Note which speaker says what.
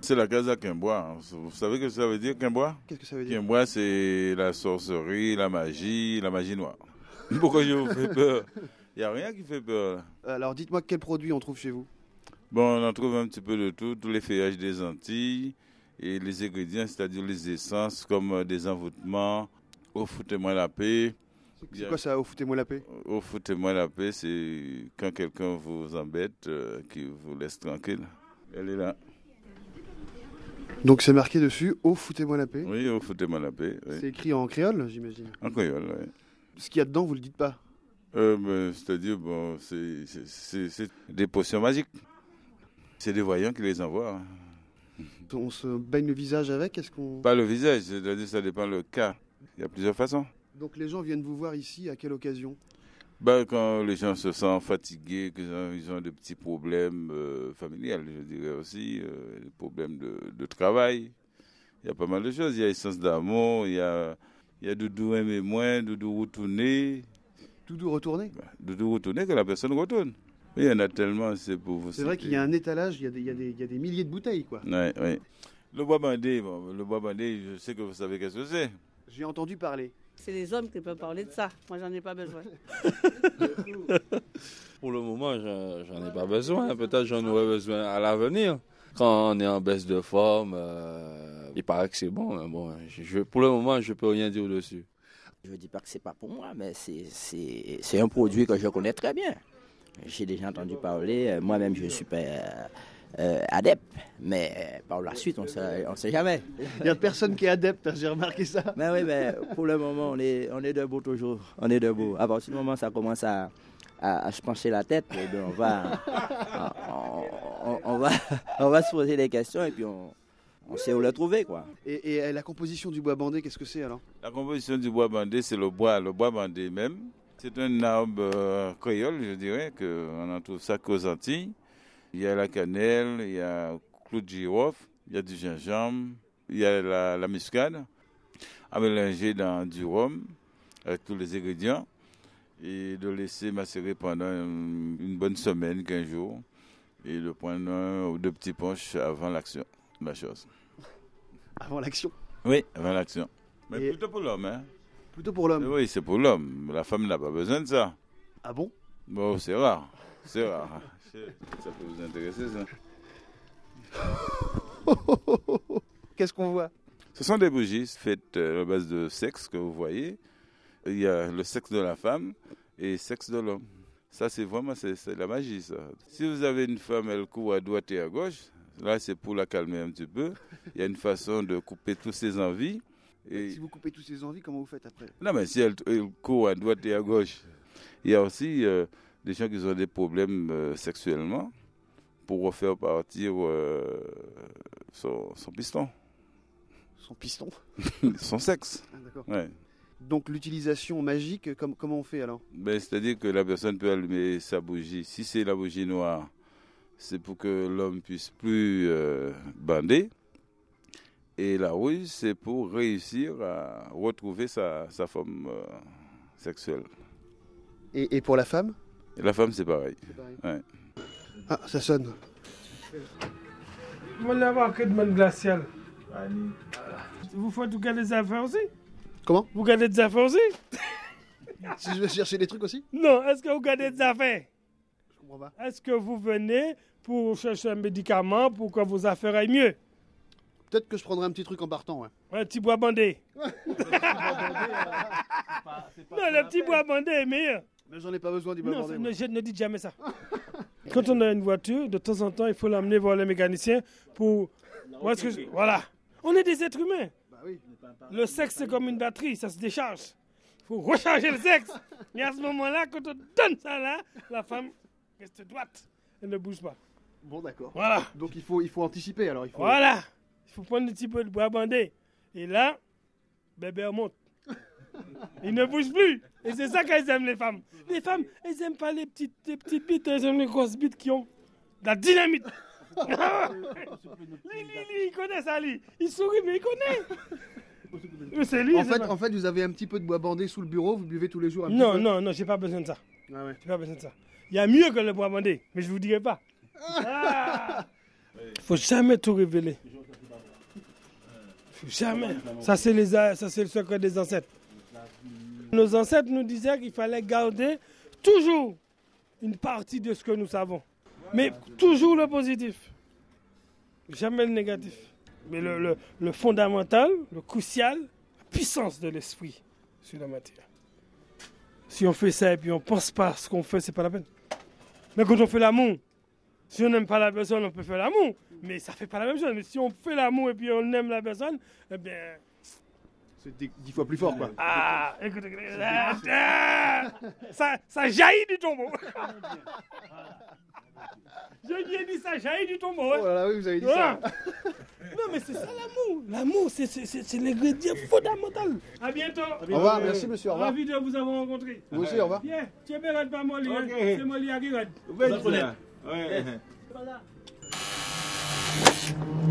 Speaker 1: C'est la Casa Kimboa. hein. Vous savez ce que ça veut dire, Kimboa
Speaker 2: Qu'est-ce que ça veut dire
Speaker 1: Kimboa, c'est la sorcerie, la magie, la magie noire. Pourquoi je vous fais peur Il n'y a rien qui fait peur. là.
Speaker 2: Alors dites-moi quel produit on trouve chez vous.
Speaker 1: Bon, on en trouve un petit peu de tout, tous les feuillages des Antilles et les ingrédients, c'est-à-dire les essences comme euh, des envoûtements, au foutez-moi la paix.
Speaker 2: C'est quoi ça Au foutez-moi la paix
Speaker 1: Au foutez-moi la paix, c'est quand quelqu'un vous embête, euh, qui vous laisse tranquille. Elle est là.
Speaker 2: Donc c'est marqué dessus Au foutez-moi la paix.
Speaker 1: Oui, au foutez-moi la paix. oui.
Speaker 2: C'est écrit en créole, j'imagine.
Speaker 1: En créole, oui.
Speaker 2: Ce qu'il y a dedans, vous le dites pas.
Speaker 1: Euh, ben, C'est-à-dire, bon, c'est- c'est- c'est c'est des potions magiques. C'est des voyants qui les envoient. hein.
Speaker 2: On se baigne le visage avec. Est-ce qu'on
Speaker 1: Pas le visage, c'est-à-dire, ça dépend le cas. Il y a plusieurs façons.
Speaker 2: Donc les gens viennent vous voir ici à quelle occasion
Speaker 1: Ben, quand les gens se sentent fatigués, qu'ils ont, ils ont des petits problèmes euh, familiales, je dirais aussi, euh, des problèmes de, de travail. Il y a pas mal de choses. Il y a essence d'amour, il y a, il y a doudou aimer moins, doudou retourné.
Speaker 2: Tout doux retourné.
Speaker 1: Ben, Doudou retourné que la personne retourne. Mais il y en a tellement, c'est pour vous.
Speaker 2: C'est vrai qu'il y a un étalage, il y a des, il y a des- il y a des milliers de bouteilles quoi.
Speaker 1: Ouais, ouais. Le bois bandé, bon, le bois bandé, je sais que vous savez qu'est-ce que c'est.
Speaker 2: J'ai entendu parler.
Speaker 3: C'est les hommes qui peuvent parler de ça. Moi, j'en ai pas besoin.
Speaker 4: Pour le moment, je- j'en ai pas besoin. Peut-être j'en aurai besoin à l'avenir. Quand on est en baisse de forme, euh, il paraît que c'est bon. mais bon, je- je- pour le moment, je peux rien dire dessus.
Speaker 5: Je ne dis pas que c'est pas pour moi, mais c'est- c'est c'est un produit que je connais très bien. J'ai déjà entendu parler, euh, moi-même je suis pas euh, euh, adepte, mais euh, par la suite on ne on sait jamais.
Speaker 2: Il y a personne qui est adepte, hein, j'ai remarqué ça.
Speaker 5: Mais oui, mais pour le moment on est, on est debout toujours, on est debout. À partir du moment où ça commence à, à, à se pencher la tête, eh bien, on, va, on, on- on va, on va se poser des questions et puis on, on sait où le trouver. quoi.
Speaker 2: Et, et, euh, la composition du bois bandé, qu'est-ce que c'est alors
Speaker 1: La composition du bois bandé, c'est le bois, le bois bandé même. C'est un arbre euh, créole, je dirais, que on en trouve ça qu'aux Antilles. Il y a la cannelle, il y a le clou de girofle, il y a du gingembre, il y a la, la muscade à mélanger dans du rhum avec tous les ingrédients et de laisser macérer pendant une, une bonne semaine, 15 jours, et de prendre un ou deux petits punches avant l'action, la chose.
Speaker 2: Avant l'action.
Speaker 1: Oui, avant l'action. Mais
Speaker 2: Et-
Speaker 1: plutôt pour l'homme, hein.
Speaker 2: Plutôt pour l'homme.
Speaker 1: Oui, c'est pour l'homme. La femme n'a pas besoin de ça.
Speaker 2: Ah bon
Speaker 1: Bon, c'est rare. C'est rare. Ça peut vous intéresser, ça.
Speaker 2: Qu'est-ce qu'on voit
Speaker 1: Ce sont des bougies faites euh, à base de sexe que vous voyez. Il y a le sexe de la femme et le sexe de l'homme. Ça, c'est vraiment c'est, c'est la magie, ça. Si vous avez une femme, elle court à droite et à gauche. Là, c'est pour la calmer un petit peu. Il y a une façon de couper toutes ses envies. Et...
Speaker 2: Si vous coupez toutes ces envies, comment vous faites après
Speaker 1: Non, mais si elle, elle court à droite et à gauche, il y a aussi euh, des gens qui ont des problèmes euh, sexuellement pour refaire partir euh, son, son piston,
Speaker 2: Son piston.
Speaker 1: son sexe.
Speaker 2: Ah, d'accord.
Speaker 1: Hmm. Ouais.
Speaker 2: Donc l'utilisation magique, comme, comment on fait alors
Speaker 1: Ben, C'est-à-dire que la personne peut allumer sa bougie. Si c'est la bougie noire, c'est pour que l'homme puisse plus euh, bander. Et la rouge, c'est pour réussir à retrouver sa, sa forme euh, sexuelle.
Speaker 2: et, et pour la femme
Speaker 1: Et la femme, c'est pareil. Ouais.
Speaker 2: Ah, ça sonne.
Speaker 6: Mon avoir que demande glacial. Vous faites vous garder des affaires aussi
Speaker 2: Comment
Speaker 6: Vous gardez des affaires aussi
Speaker 2: Si je vais chercher des trucs aussi
Speaker 6: Non, est-ce que vous gardez des affaires
Speaker 2: Je comprends pas.
Speaker 6: Est-ce que vous venez pour chercher un médicament pour que vos affaires aillent mieux
Speaker 2: Peut-être que je prendrai un petit truc en partant. ouais.
Speaker 6: Un petit bois bandé. non, le petit bois bandé est meilleur.
Speaker 2: Mais j'en ai pas besoin du bois
Speaker 6: Non,
Speaker 2: bandé.
Speaker 6: ça-
Speaker 2: moi.
Speaker 6: ne, je ne dis jamais ça. Quand on a une voiture, de temps en temps, il faut l'amener voir le mécanicien pour. Où est-ce que je- Voilà. On est des êtres humains.
Speaker 2: Bah oui.
Speaker 6: Le sexe, c'est comme une batterie, ça se décharge. Il faut recharger le sexe. Et à ce moment-là, quand on donne ça là, la femme reste droite. Elle ne bouge pas.
Speaker 2: Bon, d'accord.
Speaker 6: Voilà.
Speaker 2: Donc il faut, il faut anticiper alors. Il faut...
Speaker 6: Voilà. Il faut prendre un petit peu de bois bandé. Et là, bébé remonte. Il ne bouge plus. Et c'est ça qu'elles aiment, les femmes. Les femmes, elles n'aiment pas les petites, les petites bites, elles aiment les grosses bites qui ont de la dynamite. lui, lui, lui, il connaît ça, lui. Il sourit, mais il connaît. Eux, C'est lui.
Speaker 2: En
Speaker 6: c'est
Speaker 2: fait,
Speaker 6: pas-
Speaker 2: en fait, vous avez un petit peu de bois bandé sous le bureau, vous buvez tous les jours un
Speaker 6: Non,
Speaker 2: petit
Speaker 6: non, non, j'ai pas besoin de ça.
Speaker 2: peu. Ah ouais.
Speaker 6: J'ai pas besoin de ça. Il y a mieux que le bois bandé, mais je vous dirai pas. Ah Faut jamais tout révéler. Jamais. Ça, c'est les a- ça, c'est le secret des ancêtres. Nos ancêtres nous disaient qu'il fallait garder toujours une partie de ce que nous savons. Mais toujours le positif. Jamais le négatif. Mais le, le- le fondamental, le crucial, la puissance de l'esprit sur la matière. Si on fait ça et puis on pense pas à ce qu'on fait, c'est pas la peine. Mais quand on fait l'amour, si on n'aime pas la personne, on peut faire l'amour. Mais ça fait pas la même chose. Mais si on fait l'amour et puis on aime la personne, eh bien.
Speaker 7: C'est dix- dix fois plus fort, quoi.
Speaker 6: Ah, écoute, écoute, ah, ah, ça, ça jaillit du tombeau. J'ai bien dit ça jaillit du tombeau. hein. ouais.
Speaker 7: Oh là là, oui, vous avez dit
Speaker 6: Voilà.
Speaker 7: ça.
Speaker 6: Non, mais c'est ça l'amour. L'amour, c'est- c'est c'est- c'est l'ingrédient fondamental. À bientôt.
Speaker 7: Au revoir, merci monsieur, au revoir.
Speaker 6: Ravi de vous avoir rencontré.
Speaker 7: Vous aussi, au revoir.
Speaker 6: Bien, tu es bien, pas Molly. hein.
Speaker 1: Ok.
Speaker 6: C'est Molly à qui, hein.
Speaker 1: Ouais, ouais.